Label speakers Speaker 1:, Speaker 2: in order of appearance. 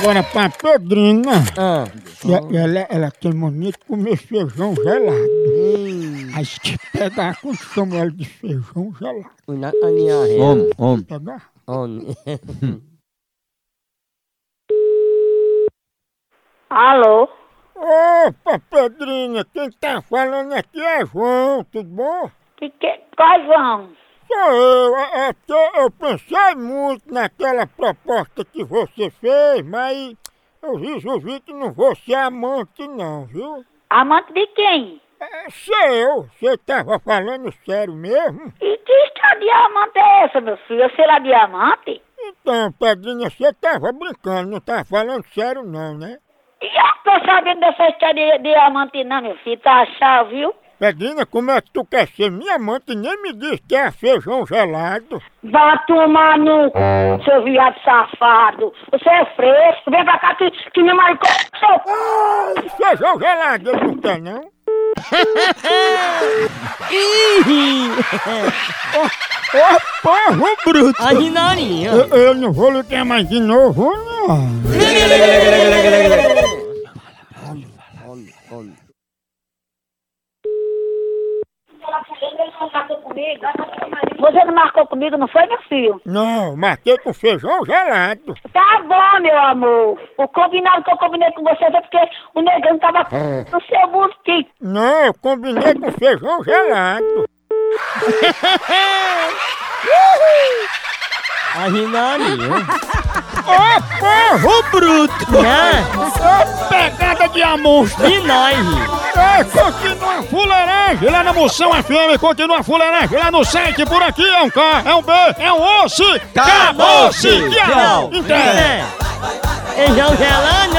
Speaker 1: Agora pra Pedrina,
Speaker 2: Ah.
Speaker 1: e a- ela, ela tem mania de comer feijão gelado. Aí se te pegar, quando chama ela de feijão gelado, tá
Speaker 2: Una caña.
Speaker 3: Homem, homem.
Speaker 1: pegar.
Speaker 2: Homem.
Speaker 4: Alô?
Speaker 1: Opa, Pedrinha, quem tá falando aqui é João, tudo bom?
Speaker 4: Que, que, quais vão?
Speaker 1: Sou eu, é é porque eu pensei muito naquela proposta que você fez, mas eu resolvi que não vou ser amante não, viu?
Speaker 4: Amante de quem?
Speaker 1: É seu, você tava falando sério mesmo?
Speaker 4: E que história de amante é essa, meu filho? Eu sei lá de amante?
Speaker 1: Então, Pedrinha, você tava brincando, não tava falando sério não, né?
Speaker 4: E eu não tô sabendo dessa história de, de amante não, meu filho. Tá achado, viu?
Speaker 1: Pedrinha, como é que tu quer ser minha amante e nem me diz que é feijão gelado?
Speaker 4: Vá tomar no c... seu viado safado. Você é fresco. Vem pra cá que, que me marcou. Seu...
Speaker 1: Feijão gelado ele não quer não? Ô, porro bruto!
Speaker 2: Orinarinho.
Speaker 1: Eu, eu não vou lutar mais de novo, não.
Speaker 4: Você não marcou comigo, não foi, meu filho?
Speaker 1: Não, marquei com feijão gelado.
Speaker 4: Tá bom, meu amor. O combinado que eu combinei com você foi porque o negão tava no seu busquinho.
Speaker 1: Não, eu combinei com feijão gelado.
Speaker 2: Orinarinho.
Speaker 1: Ô, porro bruto!
Speaker 2: Né?
Speaker 1: Ô, pegada de amostra!
Speaker 2: De nós.
Speaker 1: É, continua a fuleiragem lá na Moção FM, continua a fuleiragem lá no site, por aqui é um K, é um B, é um osso! é Tchau!
Speaker 3: Acabou-se!
Speaker 2: Tchau.
Speaker 1: Então.
Speaker 2: É. Feijão gelando.